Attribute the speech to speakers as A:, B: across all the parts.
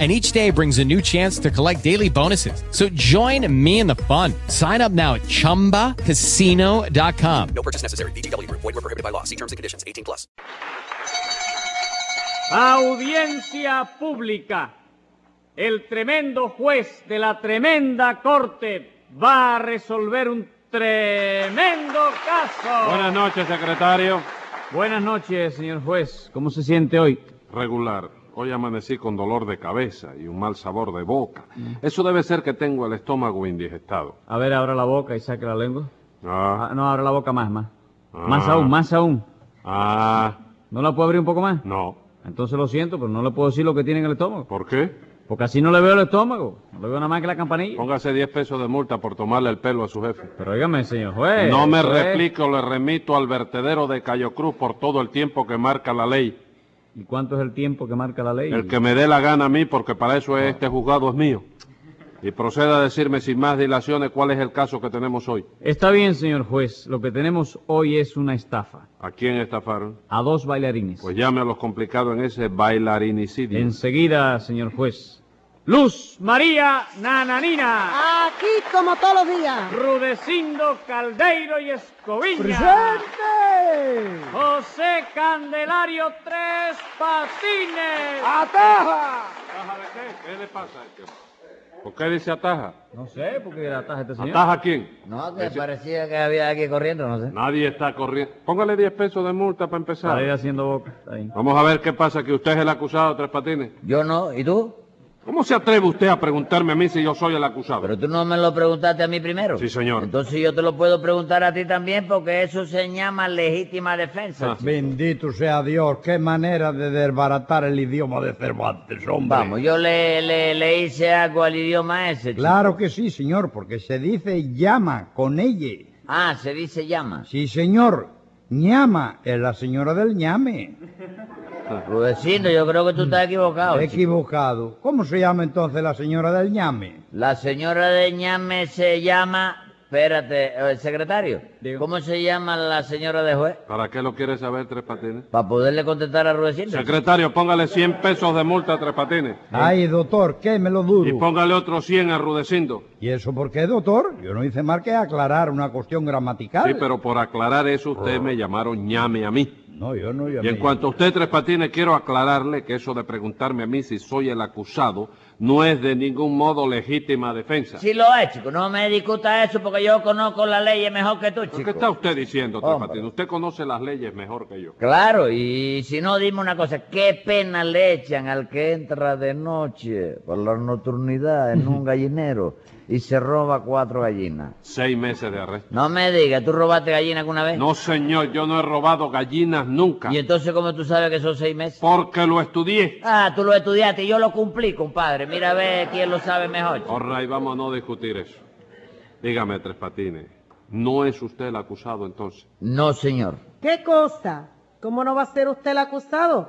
A: and each day brings a new chance to collect daily bonuses. So join me in the fun. Sign up now at ChumbaCasino.com.
B: No purchase necessary. BGW. Void were prohibited by law. See terms and conditions. 18 plus.
C: Audiencia pública. El tremendo juez de la tremenda corte va a resolver un tremendo caso.
D: Buenas noches, secretario.
C: Buenas noches, señor juez. ¿Cómo se siente hoy?
D: Regular. Hoy amanecí con dolor de cabeza y un mal sabor de boca. Eso debe ser que tengo el estómago indigestado.
C: A ver, abra la boca y saque la lengua. Ah,
D: Ah,
C: no, abra la boca más, más.
D: Ah.
C: Más aún, más aún.
D: ah,
C: ¿No la puedo abrir un poco más?
D: no.
C: Entonces lo siento, pero no le puedo decir lo que tiene en el estómago.
D: ¿Por qué?
C: Porque así no le veo el estómago. No le veo nada más que la campanilla.
D: Póngase 10 pesos de multa por tomarle el pelo a su jefe.
C: Pero óigame, señor juez.
D: No me
C: eso es-
D: replico, le remito al vertedero de Cayo Cruz por todo el tiempo que marca la ley.
C: ¿Y cuánto es el tiempo que marca la ley?
D: El que me dé la gana a mí, porque para eso es este juzgado es mío. Y proceda a decirme sin más dilaciones cuál es el caso que tenemos hoy.
C: Está bien, señor juez. Lo que tenemos hoy es una estafa.
D: ¿A quién estafaron?
C: A dos bailarines.
D: Pues llame a los complicados en ese bailarinicidio.
C: Enseguida, señor juez. Luz María Nananina.
E: Aquí como todos los días.
C: Rudecindo Caldeiro y Escoviña.
E: ¡Presente!
C: José Candelario Tres Patines.
E: ¡Ataja!
D: ¿Ataja de qué? ¿Qué le pasa? este ¿Por qué dice ataja?
C: No sé, porque era taja este señor.
D: ¿Ataja a quién?
F: No, que parecía que había alguien corriendo, no sé.
D: Nadie está corriendo. Póngale 10 pesos de multa para empezar.
C: Para ir haciendo boca. Está bien.
D: Vamos a ver qué pasa, que usted es el acusado, Tres Patines.
F: Yo no, ¿y tú?
D: ¿Cómo se atreve usted a preguntarme a mí si yo soy el acusado?
F: Pero tú no me lo preguntaste a mí primero.
D: Sí, señor.
F: Entonces yo te lo puedo preguntar a ti también porque eso se llama legítima defensa.
D: Ah.
G: Bendito sea Dios, qué manera de desbaratar el idioma de Cervantes, hombre.
F: Vamos, yo le, le, le hice algo al idioma ese. chico.
G: Claro que sí, señor, porque se dice llama con ella.
F: Ah, se dice llama.
G: Sí, señor, ñama es la señora del ñame.
F: Rudecindo, yo creo que tú estás
G: Mm,
F: equivocado. chico.
G: Equivocado. ¿Cómo se llama entonces la señora del ñame?
F: La señora de ñame se llama... Espérate, eh, secretario.
C: Digo.
F: ¿Cómo se llama la señora de juez?
D: ¿Para qué lo quiere saber, Tres Patines?
F: Para poderle contestar a Rudecindo.
D: Secretario, póngale 100 pesos de multa a Tres Patines.
G: Ay, doctor, qué me lo
D: Eh. Y
G: duro.
D: póngale otros 100 a Rudecindo.
G: ¿Y eso por qué, doctor? Yo no hice más que aclarar una cuestión gramatical.
D: Sí, pero por aclarar eso, usted me llamaron ñame a mí.
G: No, yo no
D: Y en cuanto a usted, Tres Patines, quiero aclararle que eso de preguntarme a mí si soy el acusado no es de ningún modo legítima defensa.
F: Sí lo es, chico. No me discuta eso porque yo conozco la ley mejor que tú,
D: ¿Pero
F: chico.
D: ¿Qué está usted diciendo, Tres
F: Hombre.
D: Patines? Usted conoce las leyes mejor que yo.
F: Claro, y si no, dime una cosa. ¿Qué pena le echan al que entra de noche por la nocturnidad en un gallinero y se roba cuatro gallinas?
D: Seis meses de arresto.
F: No me digas, ¿tú robaste gallinas alguna vez?
D: No, señor, yo no he robado gallinas nunca.
F: ¿Y entonces cómo tú sabes que son seis meses?
D: Porque lo estudié.
F: Ah, tú lo estudiaste y yo lo cumplí, compadre. Mira a ver quién lo sabe mejor. chico.
D: All right, vamos a no discutir eso. Dígame, Tres Patines, ¿no es usted el acusado entonces?
F: No, señor.
E: ¿Qué cosa? ¿Cómo no va a ser usted el acusado?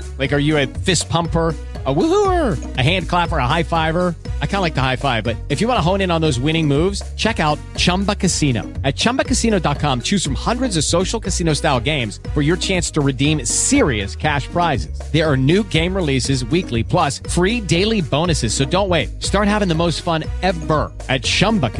A: Like, are you a fist pumper? A woohooer, a hand clapper, a high fiver. I kind of like the high five, but if you want to hone in on those winning moves, check out Chumba Casino. At chumbacasino.com, choose from hundreds of social casino style games for your chance to redeem serious cash prizes. There are new game releases weekly, plus free daily bonuses. So don't wait. Start having the most fun ever at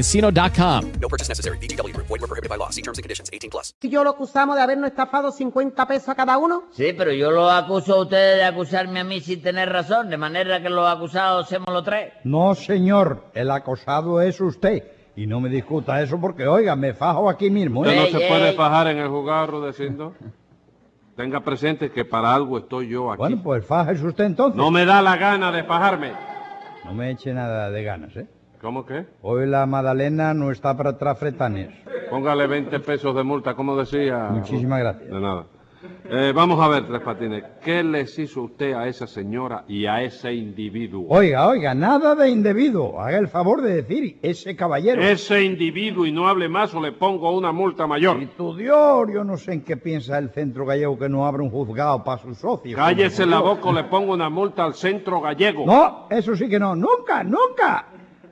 A: chumbacasino.com.
H: No purchase necessary. VGW Group. Void where prohibited by law. See terms and conditions. 18 plus.
E: y yo lo acusamos de habernos estafado 50 pesos a cada uno.
F: Sí, pero yo lo acuso a ustedes de acusarme a mí sin tener razón, de manera que los acusados somos los tres.
C: No, señor, el acosado es usted. Y no me discuta eso porque, oiga, me fajo aquí mismo.
D: Usted
C: ¿eh?
D: no
F: Ey,
D: se
F: ey,
D: puede
F: ey.
D: fajar en el jugarro diciendo. Tenga presente que para algo estoy yo aquí.
C: Bueno, pues fajes usted entonces.
D: No me da la gana de fajarme.
C: No me eche nada de ganas, ¿eh?
D: ¿Cómo que?
C: Hoy la Madalena no está para trafretanes.
D: Póngale 20 pesos de multa, como decía.
C: Muchísimas gracias.
D: De nada. Eh, vamos a ver, Tres Patines. ¿Qué les hizo usted a esa señora y a ese individuo?
C: Oiga, oiga, nada de indebido. Haga el favor de decir ese caballero.
D: Ese individuo y no hable más o le pongo una multa mayor.
C: Estudió, yo no sé en qué piensa el centro gallego que no abre un juzgado para sus socios.
D: Cállese
C: Como
D: la
C: yo.
D: boca o le pongo una multa al centro gallego.
C: No, eso sí que no, nunca, nunca.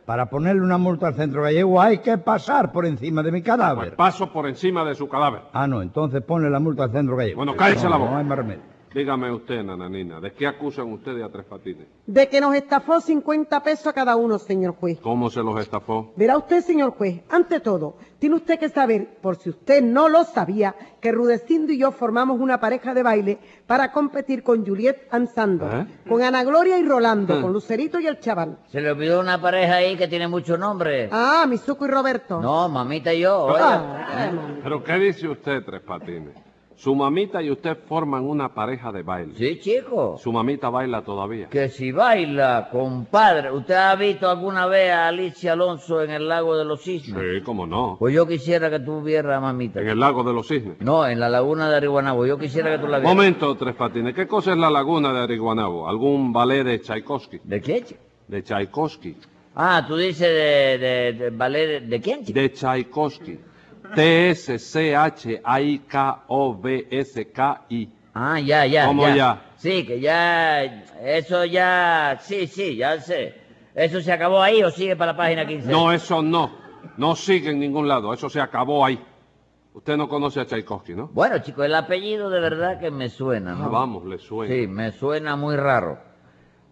C: Para ponerle una multa al centro gallego hay que pasar por encima de mi
D: Pues
C: cadáver.
D: paso por encima de su cadáver.
C: Ah, no, entonces ponle la multa al centro gallego.
D: Bueno, cállese
C: No,
D: la boca.
C: No hay más remedio.
D: Dígame usted, nananina, ¿de qué acusan ustedes a Tres Patines?
E: De que nos estafó 50 pesos a cada uno, señor juez.
D: ¿Cómo se los estafó?
E: Verá usted, señor juez, ante todo, tiene usted que saber, por si usted no lo sabía, que Rudecindo y yo formamos una pareja de baile para competir con Juliet Ansando,
D: ¿Eh?
E: con Ana Gloria y Rolando,
D: Ah.
E: con Lucerito y el chaval.
F: Se le olvidó una pareja ahí que tiene muchos nombres.
E: Ah, Mizuko y Roberto.
F: No, mamita y yo, oiga.
E: Ah, bueno.
D: ¿Pero qué dice usted, Tres Patines? Su mamita y usted forman una pareja de baile.
F: Sí, chico.
D: Su mamita baila todavía.
F: Que si baila, compadre. ¿Usted ha visto alguna vez a Alicia Alonso en el lago de los cisnes?
D: Sí, cómo no.
F: Pues yo quisiera que tú vieras a mamita.
D: En el lago de los cisnes.
F: No, en la laguna de Arihuanabo. Yo quisiera que tú la vieras.
D: Momento, Tres Patines. ¿Qué cosa es la laguna de Ariguanabo? ¿Algún ballet de Tchaikovsky?
F: ¿De qué, chico?
D: De Tchaikovsky.
F: Ah, tú dices de, de, de ballet. ¿De quién, chico?
D: De Tchaikovsky. T-S-C-H-A-I-K-O-V-S-K-I.
F: Ah, ya, ya.
D: ¿Cómo ya?
F: Sí, que ya. Eso ya. Sí, sí, ya sé. ¿Eso se acabó ahí o sigue para la página 15?
D: No, eso no. No sigue en ningún lado. Eso se acabó ahí. Usted no conoce a Tchaikovsky, ¿no?
F: Bueno, chico, el apellido de verdad que me suena,
D: Ah,
F: ¿no?
D: vamos, le suena.
F: Sí, me suena muy raro.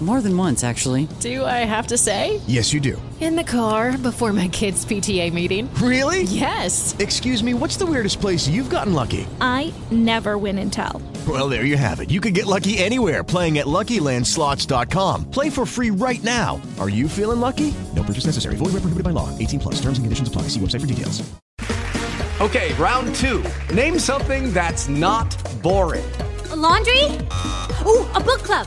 B: More than once, actually.
I: Do I have to say?
B: Yes, you do.
I: In the car before my kids' PTA meeting.
B: Really?
I: Yes.
B: Excuse me, what's the weirdest place you've gotten lucky?
I: I never win and tell.
B: Well, there you have it. You can get lucky anywhere playing at LuckyLandSlots.com. Play for free right now. Are you feeling lucky? No purchase necessary. Void where prohibited by law. 18 plus. Terms and conditions apply. See website for details.
J: Okay, round two. Name something that's not boring.
I: laundry? Ooh, a book club.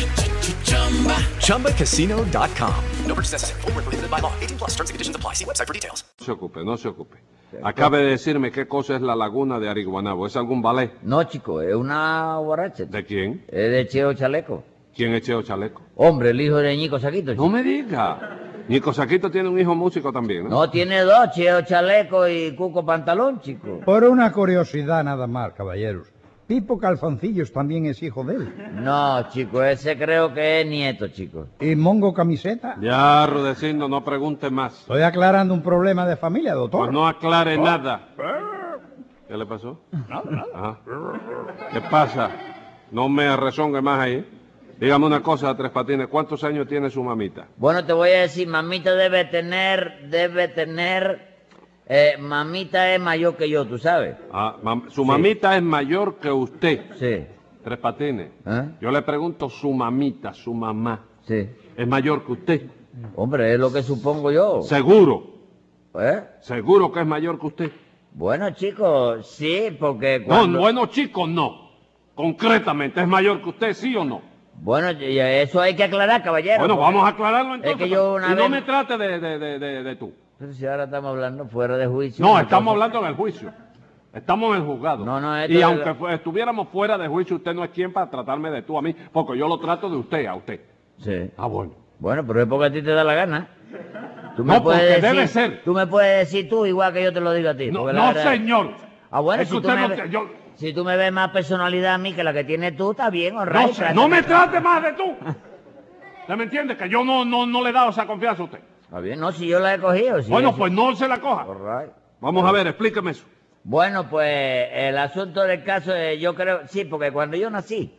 J: ChumbaCasino.com.
H: No purchase necessary. Void where prohibited by law. 18 plus terms and conditions apply. See website for details.
D: no se ocupe, no se ocupe. Acabe de decirme qué cosa es la laguna de Ariguanabo. ¿Es algún ballet?
F: No, chico, es una borracha.
D: ¿De quién?
F: Es de Cheo Chaleco.
D: ¿Quién es Cheo Chaleco?
F: Hombre, el hijo de Ñico Saquito.
D: No me diga. Nico Saquito tiene un hijo músico también, ¿no?
F: No, tiene dos, Cheo Chaleco y Cuco Pantalón, chico.
C: Por una curiosidad nada más, caballeros. Pipo Calzoncillos también es hijo de él.
F: No, chico, ese creo que es nieto, chico.
C: ¿Y Mongo Camiseta?
D: Ya, Rudecindo, no pregunte más.
C: Estoy aclarando un problema de familia, doctor.
D: Pues no aclare nada. ¿Qué le pasó?
C: Nada, nada.
D: Ajá. ¿Qué pasa? No me rezongue más ahí. Dígame una cosa, Tres Patines, ¿cuántos años tiene su mamita?
F: Bueno, te voy a decir, mamita debe tener, debe tener, eh, mamita es mayor que yo, tú sabes.
D: Ah, mam- su mamita es mayor que usted.
F: Sí.
D: Tres Patines.
F: ¿Eh?
D: Yo le pregunto, su mamita, su mamá,
F: Sí.
D: ¿es mayor que usted?
F: Hombre, es lo que supongo yo.
D: Seguro,
F: ¿Eh?
D: seguro que es mayor que usted.
F: Bueno, chicos, sí, porque
D: No,
F: cuando...
D: bueno, chicos, no. Concretamente, ¿es mayor que usted, sí o no?
F: Bueno, y eso hay que aclarar, caballero.
D: Bueno,
F: porque-
D: vamos a aclararlo entonces.
F: Es que yo
D: pues.
F: una
D: y no
F: vez-
D: me trate de, de- de- de- de tú.
F: Pero si ahora estamos hablando fuera de juicio.
D: No,
F: una
D: estamos
F: cosa-
D: hablando en el juicio. Estamos en el juzgado.
F: No, no, esto
D: y
F: es-
D: aunque fu- estuviéramos fuera de juicio, usted no es quien para tratarme de tú a mí, porque yo lo trato de usted a usted.
F: Sí.
D: Ah, bueno.
F: Bueno, pero es porque a ti te da la gana. Tú
D: No, porque debe ser.
F: Tú me puedes decir tú igual que yo te lo digo a ti.
D: No,
F: porque la
D: no,
F: verdad-
D: señor.
F: Ah, bueno,
D: Es
F: si
D: que
F: tú,
D: usted
F: me
D: no
F: ve-
D: te- yo-
F: si tú me ves más personalidad a mí que la que tienes tú, está bien, all
D: No,
F: right,
D: se-
F: trátame.
D: no me trate más de tú. ¿Usted me entiende? Que yo no, no, no le he dado esa confianza a usted.
F: Está bien, no, si yo la he cogido. si
D: Bueno,
F: eso-
D: pues no se la coja.
F: All right.
D: Vamos a ver, explíqueme eso.
F: Bueno, pues el asunto del caso, eh, yo creo, sí, porque cuando yo nací,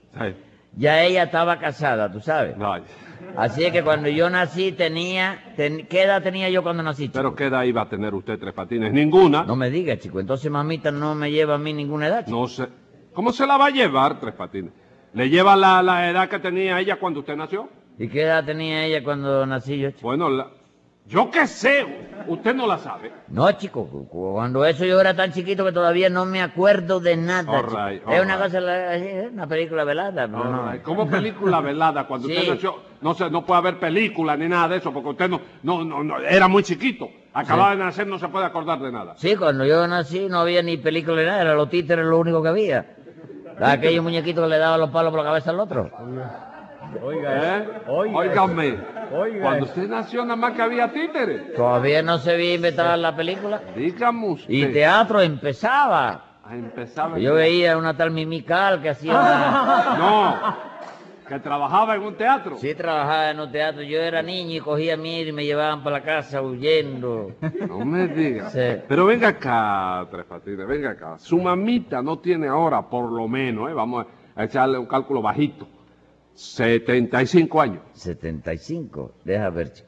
F: ya ella estaba casada, tú sabes.
D: Ay,
F: Así es que cuando yo nací tenía, ten- ¿qué edad tenía yo cuando nací? chico?
D: Pero ¿qué edad iba a tener usted tres patines? Ninguna.
F: No me digas, chico, entonces mamita no me lleva a mí ninguna edad. chico.
D: No sé. ¿Cómo se la va a llevar tres patines? ¿Le lleva la, la edad que tenía ella cuando usted nació?
F: ¿Y qué edad tenía ella cuando nací yo? Chico?
D: Bueno, la- yo qué sé, usted no la sabe.
F: No, chico, cu- cu- cuando eso yo era tan chiquito que todavía no me acuerdo de nada.
D: All
F: chico.
D: right, all
F: es una
D: right. eh,
F: cosa, la- es una película velada. pero no.
D: Ay, Como película velada, cuando
F: Sí.
D: usted nació, no se, no puede haber película ni nada de eso, porque usted no, no, no, no, era muy chiquito. Acababa de nacer, no se puede acordar de nada.
F: Sí, cuando yo nací no había ni película ni nada, era los títeres lo único que había. Ah, Aquellos muñequitos que le daban los palos por la cabeza al otro.
D: ¿Eh? Óigame, cuando usted nació nada más que había títeres.
F: Todavía no se había inventado la película.
D: Dígame usted.
F: Y teatro empezaba.
D: Ah, empezaba-
F: Yo veía una tal mimical que hacía una...
D: No, que trabajaba en un teatro.
F: Sí, trabajaba en un teatro. Yo era niño y cogía a mí y me llevaban para la casa huyendo.
D: No me diga.
F: Sí.
D: Pero venga acá, Tres Patines, venga acá. Su mamita no tiene ahora, por lo menos, ¿eh? vamos a echarle un cálculo bajito, 75 años.
F: 75, deja ver. chico.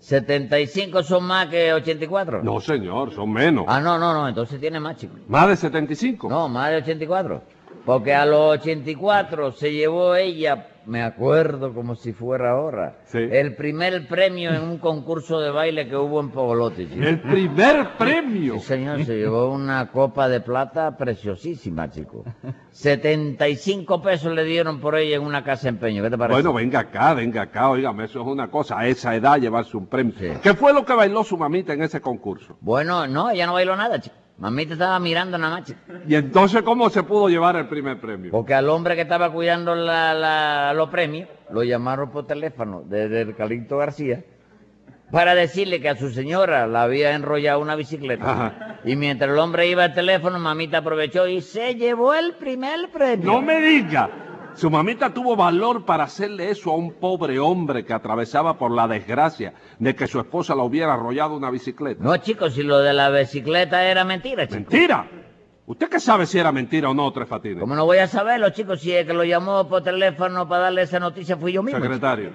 F: 75 son más que 84.
D: No, señor, son menos.
F: Ah, no, no, no, entonces tiene más, chico.
D: Más de 75.
F: No, más de 84. Porque a los 84 se llevó ella, me acuerdo como si fuera ahora,
D: Sí.
F: el primer premio en un concurso de baile que hubo en Pogolote. chico.
D: El primer premio.
F: Sí, señor, se llevó una copa de plata preciosísima, chico. 75 pesos le dieron por ella en una casa de empeño. ¿Qué te parece?
D: Bueno, venga acá, venga acá, óigame, eso es una cosa, a esa edad llevarse un premio.
F: Sí.
D: ¿Qué fue lo que bailó su mamita en ese concurso?
F: Bueno, no, ella no bailó nada, chico. Mamita estaba mirando nada más, chico.
D: Y entonces, ¿cómo se pudo llevar el primer premio?
F: Porque al hombre que estaba cuidando la- la- los premios, lo llamaron por teléfono desde el Calixto García para decirle que a su señora la había enrollado una bicicleta.
D: Ajá.
F: Y mientras el hombre iba al teléfono, mamita aprovechó y se llevó el primer premio.
D: No me diga. Su mamita tuvo valor para hacerle eso a un pobre hombre que atravesaba por la desgracia de que su esposa la hubiera arrollado una bicicleta.
F: No, chicos, si lo de la bicicleta era mentira, chicos.
D: ¡Mentira! ¿Usted qué sabe si era mentira o no, Tres Patines?
F: Como no voy a saberlo, chicos, si el que lo llamó por teléfono para darle esa noticia fui yo mismo. chico.
D: Secretario,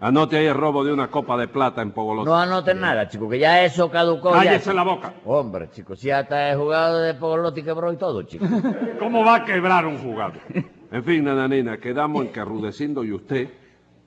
D: anote ahí el robo de una copa de plata en Pogolote.
F: No anoten nada, chicos, que ya eso caducó. ya,
D: ¡Cállese
F: chico.
D: la boca!
F: Hombre, chicos, si hasta he jugado de Pogolotti quebró y todo, chicos.
D: ¿Cómo va a quebrar un jugado? En fin, nananina, quedamos en que Rudecindo y usted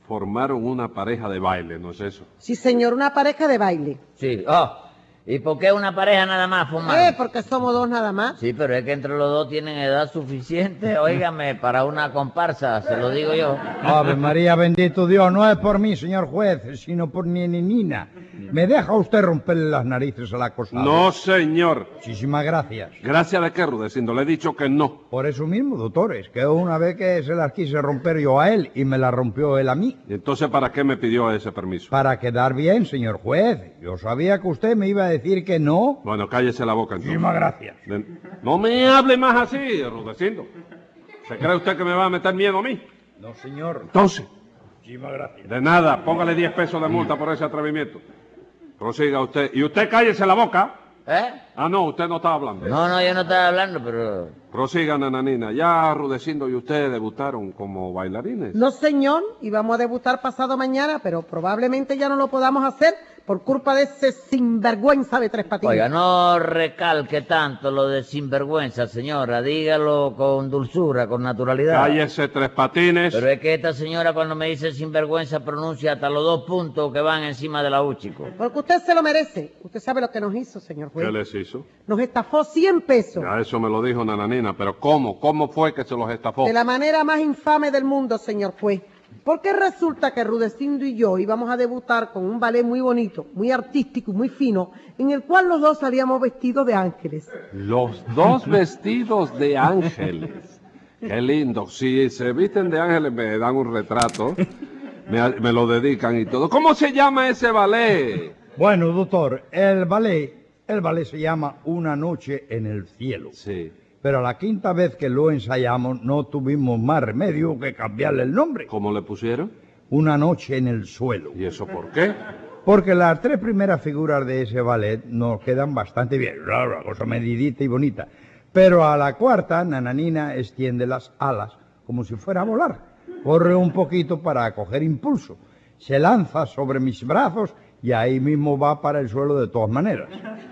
D: formaron una pareja de baile, ¿no es eso?
E: Sí, señor, una pareja de baile.
F: Sí, ah, ¿Y por qué una pareja nada más fumando?
E: Eh, porque somos dos nada más.
F: Sí, pero es que entre los dos tienen edad suficiente, óigame, para una comparsa, se lo digo yo.
C: Ave María, bendito Dios, no es por mí, señor juez, sino por mi nenina. ¿Me deja usted romperle las narices a la acosada?
D: No, señor.
C: Muchísimas gracias.
D: Gracias de qué, Rudecindo, le he dicho que no.
C: Por eso mismo, doctores, que una vez que se las quise romper yo a él y me la rompió él a mí.
D: ¿Y entonces para qué me pidió ese permiso?
C: Para quedar bien, señor juez. Yo sabía que usted me iba a decir que no.
D: Bueno, cállese la boca entonces.
C: Muchísimas gracias.
D: De- No me hable más así, Rudecindo. ¿Se cree usted que me va a meter miedo a mí?
C: No, señor.
D: Entonces,
C: Muchísimas gracias.
D: de nada, póngale 10 pesos de multa por ese atrevimiento. Prosiga usted. Y usted cállese la boca.
F: ¿Eh?
D: Ah, no, usted no estaba hablando.
F: No, no, yo no estaba hablando, pero...
D: Prosiga, nananina. Ya Rudecindo y usted debutaron como bailarines.
E: No, señor, íbamos a debutar pasado mañana, pero probablemente ya no lo podamos hacer por culpa de ese sinvergüenza de tres patines.
F: Oiga, no recalque tanto lo de sinvergüenza, señora. Dígalo con dulzura, con naturalidad.
D: Cállese tres patines.
F: Pero es que esta señora cuando me dice sinvergüenza pronuncia hasta los dos puntos que van encima de la U, chico.
E: Porque usted se lo merece. Usted sabe lo que nos hizo, señor juez.
D: ¿Qué les hizo?
E: Nos estafó 100 pesos.
D: Ya eso me lo dijo Nananina, pero ¿cómo? ¿Cómo fue que se los estafó?
E: De la manera más infame del mundo, señor juez. Porque resulta que Rudecindo y yo íbamos a debutar con un ballet muy bonito, muy artístico y muy fino, en el cual los dos salíamos vestidos de ángeles.
D: Los dos vestidos de ángeles. Qué lindo. Si se visten de ángeles, me dan un retrato, me, me lo dedican y todo. ¿Cómo se llama ese ballet?
C: Bueno, doctor, el ballet, el ballet se llama Una noche en el cielo.
D: Sí.
C: Pero la quinta vez que lo ensayamos no tuvimos más remedio que cambiarle el nombre.
D: ¿Cómo le pusieron?
C: Una noche en el suelo.
D: ¿Y eso por qué?
C: Porque las tres primeras figuras de ese ballet nos quedan bastante bien, una cosa medidita y bonita. Pero a la cuarta, Nananina extiende las alas como si fuera a volar. Corre un poquito para coger impulso. Se lanza sobre mis brazos y ahí mismo va para el suelo de todas maneras.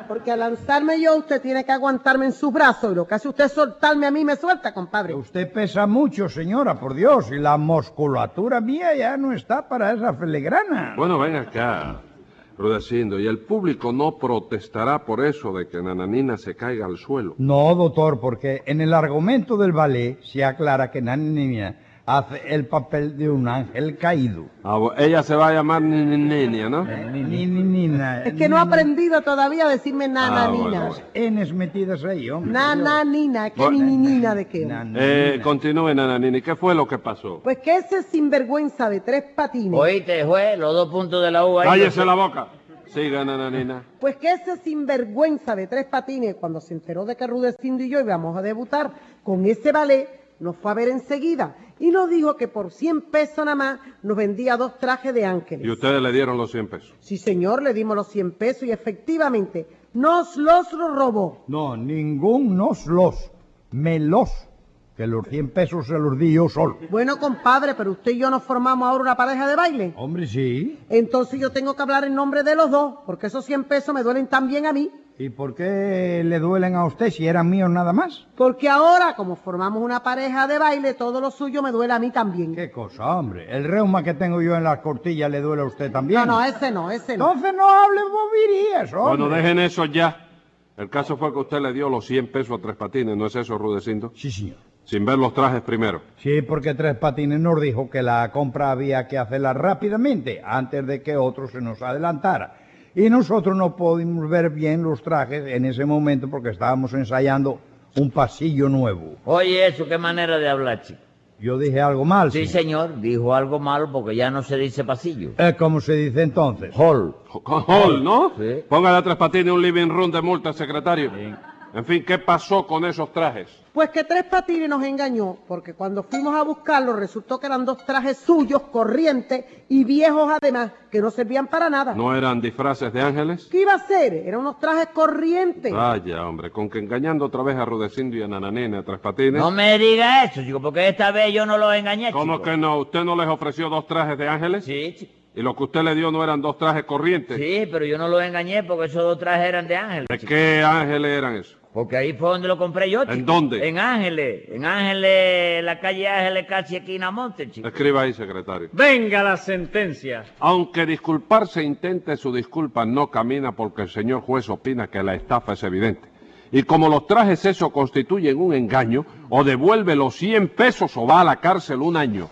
E: Porque al lanzarme yo, usted tiene que aguantarme en sus brazos. Y lo que hace usted es soltarme a mí me suelta, compadre.
C: Usted pesa mucho, señora, por Dios, y la musculatura mía ya no está para esa filigrana.
D: Bueno, ven acá, Rudecindo, y el público no protestará por eso de que Nananina se caiga al suelo.
C: No, doctor, porque en el argumento del ballet se aclara que Nananina hace el papel de un ángel caído. Eh,
D: Ah, bu- ella se va a llamar Ninia, ¿no?
C: Ni, ni, ni, na-
E: Es que no ha aprendido todavía a decirme
D: Ah, bueno,
E: nananina.
D: bueno.
C: Enes metidas ahí, hombre.
E: Nananina, que
D: Bueno.
E: ni nina de qué. hombre.
D: Eh, continúe, Nananina. ¿Y qué fue lo que pasó?
E: Pues que ese sinvergüenza de tres patines.
F: Oíste, juez, los dos puntos de la U ahí.
D: Cállese la boca. Siga, Nananina.
E: Pues que ese sinvergüenza de tres patines, cuando se enteró de que Rudecindo y yo íbamos a debutar con ese ballet, nos fue a ver enseguida y nos dijo que por 100 pesos nada más nos vendía dos trajes de ángeles.
D: Y ustedes le dieron los 100 pesos.
E: Sí, señor, le dimos los 100 pesos y efectivamente nos los robó.
C: No, ningún nos los, me los, que los 100 pesos se los di yo solo.
E: Bueno, compadre, pero usted y yo nos formamos ahora una pareja de baile.
C: Hombre, sí.
E: Entonces yo tengo que hablar en nombre de los dos, porque esos 100 pesos me duelen también a mí.
C: ¿Y por qué le duelen a usted si eran míos nada más?
E: Porque ahora, como formamos una pareja de baile, todo lo suyo me duele a mí también.
C: Qué cosa, hombre. El reuma que tengo yo en las costillas le duele a usted también.
E: No, no, eh. ese no, ese no.
C: Entonces no hable bobirías, hombre.
D: Bueno, dejen eso ya. El caso fue que usted le dio los 100 pesos a Tres Patines, ¿no es eso, Rudecindo?
C: Sí, señor.
D: Sin ver los trajes primero.
C: Sí, porque Tres Patines nos dijo que la compra había que hacerla rápidamente, antes de que otro se nos adelantara. Y nosotros no pudimos ver bien los trajes en ese momento porque estábamos ensayando un pasillo nuevo.
F: Oye, eso, qué manera de hablar, chico.
C: Yo dije algo mal,
F: Sí,
C: señor.
F: señor, dijo algo malo porque ya no se dice pasillo.
C: Eh, ¿Cómo se dice entonces?
F: Hall.
D: Jo- Con Hall, ¿no?
F: Sí.
D: Póngale a Tres Patines un living room de multa, secretario. En fin, ¿qué pasó con esos trajes?
E: Pues que Tres Patines nos engañó, porque cuando fuimos a buscarlo resultó que eran dos trajes suyos, corrientes y viejos además, que no servían para nada.
D: ¿No eran disfraces de ángeles?
E: ¿Qué iba a hacer? Eran unos trajes corrientes.
D: Vaya, hombre, con que engañando otra vez a Rudecindo y a Nananina, a Tres Patines.
F: No me diga eso, chico, porque esta vez yo no lo engañé,
D: ¿Cómo
F: chico.
D: que no? ¿Usted no les ofreció dos trajes de ángeles?
F: Sí, chico.
D: ¿Y lo que usted le dio no eran dos trajes corrientes?
F: Sí, pero yo no lo engañé porque esos dos trajes eran de ángel.
D: ¿De qué ángeles eran esos?
F: Porque ahí fue donde lo compré yo, chico.
D: ¿En dónde?
F: En Ángeles. En Ángeles, la calle Ángeles, casi esquina Monte, chico.
D: Escriba ahí, secretario.
K: Venga la sentencia.
D: Aunque disculparse intente, su disculpa no camina porque el señor juez opina que la estafa es evidente. Y como los trajes eso constituyen un engaño, o devuelve los 100 pesos o va a la cárcel un año.